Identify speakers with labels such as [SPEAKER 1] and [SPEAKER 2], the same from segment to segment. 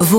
[SPEAKER 1] Vous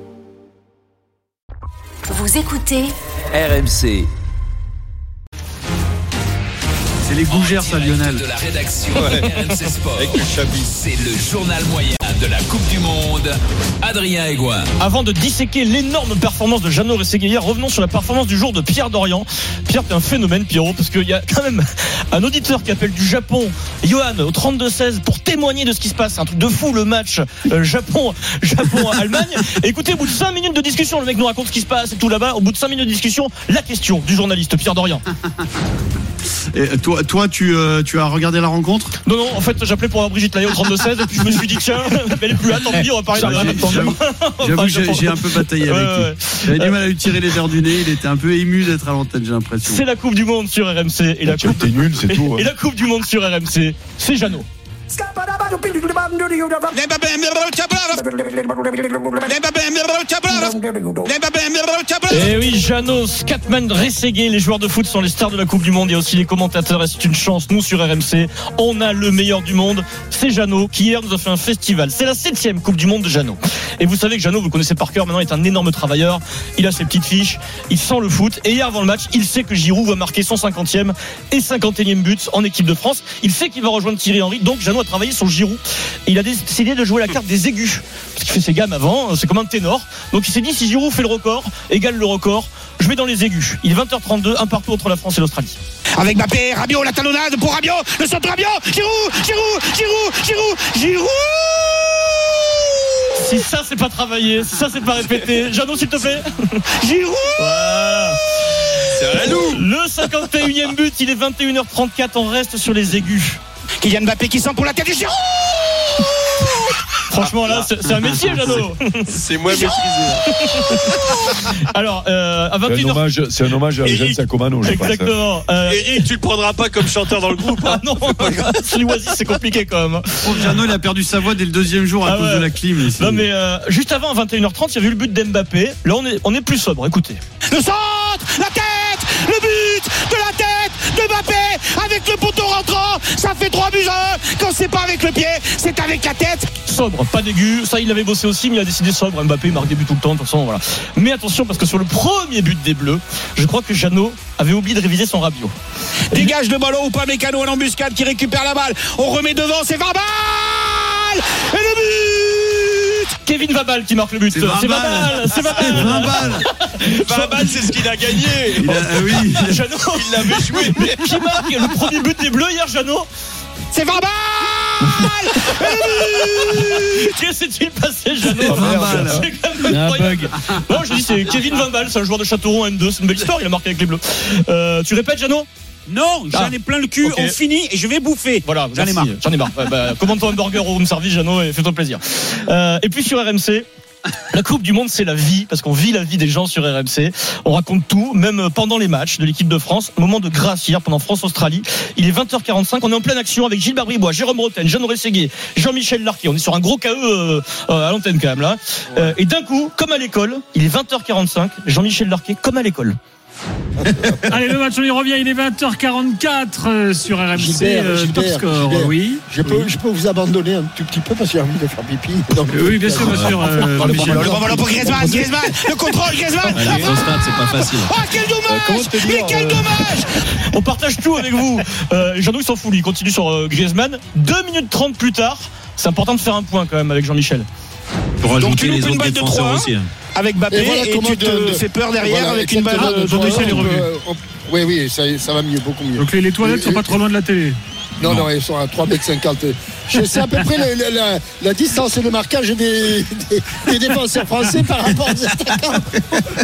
[SPEAKER 1] Vous écoutez
[SPEAKER 2] RMC.
[SPEAKER 3] C'est les gougères, ça,
[SPEAKER 4] Direct
[SPEAKER 3] Lionel.
[SPEAKER 4] De la rédaction RMC Sport.
[SPEAKER 5] Avec le Chabi.
[SPEAKER 4] C'est le journal moyen de la Coupe du Monde. Adrien Aigouin.
[SPEAKER 6] Avant de disséquer l'énorme performance de Jeannot Rességuier, revenons sur la performance du jour de Pierre Dorian. Pierre, t'es un phénomène, Pierrot, parce qu'il y a quand même un auditeur qui appelle du Japon, Johan, au 32-16, pour témoigner de ce qui se passe. C'est un truc de fou, le match euh, Japon- Japon-Allemagne. Et Écoutez, au bout de 5 minutes de discussion, le mec nous raconte ce qui se passe et tout là-bas. Au bout de 5 minutes de discussion, la question du journaliste Pierre Dorian.
[SPEAKER 3] Et toi, toi tu, euh, tu as regardé la rencontre
[SPEAKER 6] Non, non, en fait, j'appelais pour avoir Brigitte Laillet au 32-16, et puis je me suis dit, tiens, elle est plus là, tant pis, on va parler de
[SPEAKER 3] Eh, J'avoue-
[SPEAKER 6] Japon.
[SPEAKER 3] J'avoue
[SPEAKER 6] Enfin,
[SPEAKER 3] que j'ai-
[SPEAKER 6] Japon.
[SPEAKER 3] j'ai un peu bataillé
[SPEAKER 6] Ouais,
[SPEAKER 3] avec
[SPEAKER 6] ouais, ouais.
[SPEAKER 3] lui. J'avais du mal à lui tirer les verres du nez. Il était un peu ému d'être à l'antenne, j'ai l'impression.
[SPEAKER 6] C'est la Coupe du Monde sur RMC et la Coupe
[SPEAKER 5] T'es nul, c'est
[SPEAKER 6] Et,
[SPEAKER 3] hein.
[SPEAKER 5] tout.
[SPEAKER 6] et la Coupe du Monde sur RMC, c'est Jeannot.
[SPEAKER 7] Eh,
[SPEAKER 6] Et Eh oui, Jeannot, Scatman, Rességué, les joueurs de foot sont les stars de la Coupe du Monde. Il y a aussi les commentateurs et c'est une chance. Nous, sur RMC, on a le meilleur du monde. C'est Jeannot qui, hier, nous a fait un festival. C'est la septième Coupe du Monde de Jeannot. Et vous savez que Jeannot, vous le connaissez par cœur, maintenant, est un énorme travailleur. Il a ses petites fiches, il sent le foot. Et hier, avant le match, il sait que Giroud va marquer son 50e et 51e but en équipe de France. Il sait qu'il va rejoindre Thierry Henry. Donc, Jeannot a travaillé sur Giroud. Et il a décidé de jouer la carte des aigus. Parce qu'il fait ses gammes avant, euh, c'est comme un ténor. Donc, il s'est dit, si Giroud fait le record, égale le record, je vais dans les aigus. Il est 20h32, un partout entre la France et l'Australie.
[SPEAKER 8] avec Mbappé, Rabiot, la talonnade pour Rabiot, le centre Rabiot, Giroud, Giroud, Giroud, Giroud, Giroud
[SPEAKER 6] Si ça, c'est pas travaillé, si ça, c'est pas répété. Jeannot, s'il te plaît.
[SPEAKER 8] Giroud
[SPEAKER 6] Voilà. Le 51e but, il est 21h34, on reste sur les aigus.
[SPEAKER 8] Kylian Mbappé qui sent pour la tête du Giroud
[SPEAKER 6] Franchement, là, c'est Ah, c'est un métier, Jeannot.
[SPEAKER 5] C'est moi maîtrisé.
[SPEAKER 6] Alors, euh, à
[SPEAKER 5] C'est un
[SPEAKER 6] 21h.
[SPEAKER 5] hommage, c'est un hommage à Eugène Sacomano, je pense. hein.
[SPEAKER 6] Exactement. Euh,
[SPEAKER 7] Eric, tu le prendras pas comme chanteur dans le groupe.
[SPEAKER 6] ah non, Sliwazy, c'est compliqué quand même.
[SPEAKER 3] Pauvre Jeannot, il a perdu sa voix dès le deuxième jour à
[SPEAKER 6] Ah
[SPEAKER 3] cause
[SPEAKER 6] ouais.
[SPEAKER 3] de la clim. ici.
[SPEAKER 6] Non, mais euh, juste avant, à 21h30, il y avait eu le but d'Mbappé. Là, on est, on est plus sobre, écoutez.
[SPEAKER 8] Le centre, la tête, le but de la tête de Mbappé avec le poteau rentrant, ça fait 3 buts à 1 quand c'est pas avec le pied, c'est avec la tête
[SPEAKER 6] Sobre, pas d'aigu. Ça, il avait bossé aussi, mais il a décidé sobre. Mbappé il marque des buts tout le temps, de toute façon, voilà. Mais attention, parce que sur le premier but des Bleus, je crois que Jeannot avait oublié de réviser son rabio.
[SPEAKER 8] Dégage le ballon ou pas Mécano à l'embuscade qui récupère la balle. On remet devant, c'est Varbal Et le but
[SPEAKER 6] Kevin Vabal qui marque le but.
[SPEAKER 3] C'est Vabal.
[SPEAKER 6] c'est Vabal.
[SPEAKER 3] 20 balles
[SPEAKER 7] Barabane, c'est ce qu'il a gagné.
[SPEAKER 3] Il a- ah oui.
[SPEAKER 6] Jeannot,
[SPEAKER 7] Il l'avait joué. mais-
[SPEAKER 6] qui marque le premier but des Bleus hier, Jeannot
[SPEAKER 8] C'est Varbal
[SPEAKER 6] Qu'est-ce qui s'est-il passé, Jeannot
[SPEAKER 3] C'est Vabal.
[SPEAKER 6] C'est quand même incroyable. Non, je dis, c'est Kevin Vabal, c'est un joueur de Châteauroux M2. C'est une belle histoire, il a marqué avec les Bleus. Euh, tu répètes, Jeannot
[SPEAKER 8] Non,
[SPEAKER 6] Ah.
[SPEAKER 8] j'en ai plein le cul,
[SPEAKER 6] Ok.
[SPEAKER 8] on finit et je vais bouffer.
[SPEAKER 6] Voilà,
[SPEAKER 8] J'en
[SPEAKER 6] merci.
[SPEAKER 8] ai marre.
[SPEAKER 6] J'en ai marre. Ouais, bah, commande ton hamburger au room service, Jeannot, et fais-toi plaisir. Euh, et puis sur RMC. La Coupe du Monde, c'est la vie, parce qu'on vit la vie des gens sur RMC. On raconte tout, même pendant les matchs de l'équipe de France. Moment de grâce hier pendant France-Australie. Il est 20h45, on est en pleine action avec Gilles Barbribois, Jérôme Roten, Jean Auré Séguier, Jean-Michel Larquet. On est sur un gros KE euh, euh, à l'antenne quand même là. Euh, et d'un coup, comme à l'école, il est 20h45, Jean-Michel Larquet, comme à l'école.
[SPEAKER 9] Allez, le match, on y revient. Il est 20h44 euh, sur RMC.
[SPEAKER 10] Gilbert,
[SPEAKER 9] euh, top
[SPEAKER 10] Gilbert,
[SPEAKER 9] score,
[SPEAKER 10] Gilbert.
[SPEAKER 9] oui.
[SPEAKER 10] Je peux, je peux vous abandonner un tout petit peu parce que j'ai envie de faire pipi. Donc,
[SPEAKER 9] Euh, Oui, bien sûr, bien sûr. euh,
[SPEAKER 10] Ah, le
[SPEAKER 9] Michel.
[SPEAKER 10] ballon.
[SPEAKER 8] Le bon ballon pour Griezmann, Griezmann, le contrôle Griezmann la frappe.
[SPEAKER 2] c'est pas facile.
[SPEAKER 8] Oh quel
[SPEAKER 10] comment
[SPEAKER 8] dommage
[SPEAKER 10] te dire,
[SPEAKER 8] Mais quel
[SPEAKER 10] euh,
[SPEAKER 8] dommage
[SPEAKER 6] On partage tout avec vous. Euh, Jeannot, il s'en fout, lui. il continue sur euh, Griezmann. 2 minutes 30 plus tard, c'est important de faire un point quand même avec Jean-Michel.
[SPEAKER 2] Pour
[SPEAKER 8] Donc tu loupes une balle de 3 avec Mbappé
[SPEAKER 10] Et voilà
[SPEAKER 8] et
[SPEAKER 10] comment
[SPEAKER 8] tu
[SPEAKER 10] de-
[SPEAKER 8] te
[SPEAKER 10] de-
[SPEAKER 8] fais peur derrière
[SPEAKER 10] Voilà,
[SPEAKER 8] avec une balle
[SPEAKER 10] exactement,
[SPEAKER 8] de-
[SPEAKER 10] donc,
[SPEAKER 8] de Michel
[SPEAKER 10] voilà, Ah, on
[SPEAKER 8] Hérault.
[SPEAKER 10] peut- on- Oui, oui, ça, ça va mieux, beaucoup mieux.
[SPEAKER 9] Donc les, les toilettes sont pas trop loin de la télé.
[SPEAKER 10] Non, non, ils sont à 3,50 m. Je sais à peu près le- le- la, la distance et le marquage des, des, des défenseurs français par rapport aux attaquants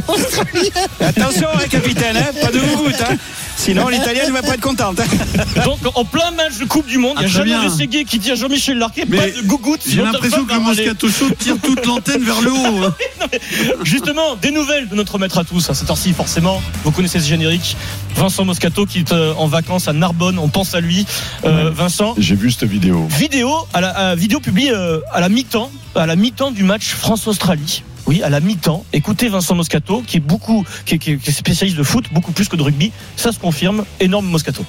[SPEAKER 10] australiens.
[SPEAKER 8] Attention hein, capitaine, hein, pas hein. de vous hein. Si
[SPEAKER 11] Sinon, l'Italienne va pas être contente.
[SPEAKER 6] Donc, en plein match de Coupe du Monde, il
[SPEAKER 3] Ah,
[SPEAKER 6] y a
[SPEAKER 3] très
[SPEAKER 6] Jeannot
[SPEAKER 3] bien.
[SPEAKER 6] Rességuier qui dit à Jean-Michel Larquet
[SPEAKER 3] Mais
[SPEAKER 6] pas de gougoute.
[SPEAKER 3] J'ai l'impression que le Moscato Show tire toute l'antenne vers le haut. hein.
[SPEAKER 6] Justement, des nouvelles de notre maître à tous à cette heure-ci, forcément. Vous connaissez ce générique. Vincent Moscato qui est euh, en vacances à Narbonne, on pense à lui. Euh, Vincent,
[SPEAKER 5] J'ai vu cette vidéo.
[SPEAKER 6] vidéo, à la, à- vidéo publiée euh, à la mi-temps, à la mi-temps du match France-Australie. Oui, à la mi-temps. Écoutez Vincent Moscato, qui est beaucoup, qui est, qui est- qui est spécialiste de foot, beaucoup plus que de rugby. Ça se confirme. Énorme Moscato.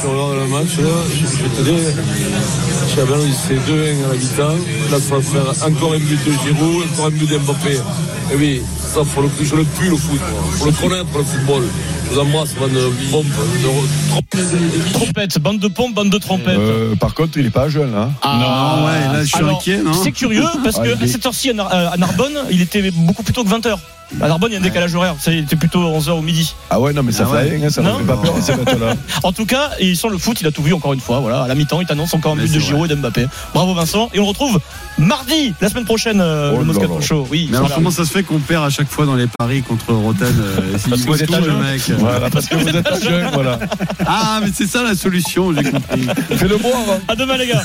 [SPEAKER 12] Sur l'heure de la match, là, je vais te dire, Chabert, il s'est 2-1 à la mi-temps. Là, ça va faire encore un but de Giroud, encore un but d'Mbappé. Et oui, ça, faut le, je le pue, le foot. moi. Faut le connaître, le football. Je vous embrasse, bande de bombes, de re-
[SPEAKER 6] Trompette, bande de pompes, bande de trompettes.
[SPEAKER 5] Euh, par contre, il est pas jeune, hein.
[SPEAKER 3] Ah, ouais, là, je suis
[SPEAKER 6] Alors,
[SPEAKER 3] inquiet, non
[SPEAKER 6] C'est curieux parce
[SPEAKER 5] Ah,
[SPEAKER 6] que
[SPEAKER 5] il
[SPEAKER 6] à
[SPEAKER 5] est-
[SPEAKER 6] cette heure-ci à Nar- euh, à Narbonne, il était beaucoup plus tôt que 20h. À Narbonne, il y a un décalage horaire. C'est- Il était plutôt 11h au midi.
[SPEAKER 5] Ah ouais, non, mais ça
[SPEAKER 3] Ah ouais.
[SPEAKER 5] fait rien, hein, ça
[SPEAKER 6] Non.
[SPEAKER 5] ne fait pas peur, ces bêtes-là.
[SPEAKER 6] En tout cas, il sent le foot, il a tout vu encore une fois. Voilà, à la mi-temps, il t'annonce encore un
[SPEAKER 3] Mais
[SPEAKER 6] but de
[SPEAKER 3] c'est
[SPEAKER 6] Giroud et d'Mbappé. Bravo Vincent. Et on retrouve mardi, la semaine prochaine,
[SPEAKER 5] Oh
[SPEAKER 6] euh, le
[SPEAKER 5] là
[SPEAKER 6] Moscato
[SPEAKER 5] là.
[SPEAKER 6] Show. Oui,
[SPEAKER 3] Mais alors,
[SPEAKER 6] voilà.
[SPEAKER 3] comment ça se fait qu'on perd à chaque fois dans les paris contre Roten euh, s'il
[SPEAKER 5] Parce que
[SPEAKER 3] voit
[SPEAKER 5] vous êtes
[SPEAKER 3] tout,
[SPEAKER 5] à
[SPEAKER 3] le
[SPEAKER 5] jeun.
[SPEAKER 3] mec euh
[SPEAKER 5] Voilà, parce que vous êtes à jeun, voilà.
[SPEAKER 3] Ah, mais c'est ça la solution, j'ai compris.
[SPEAKER 5] Fais-le boire. hein.
[SPEAKER 6] À demain, les gars.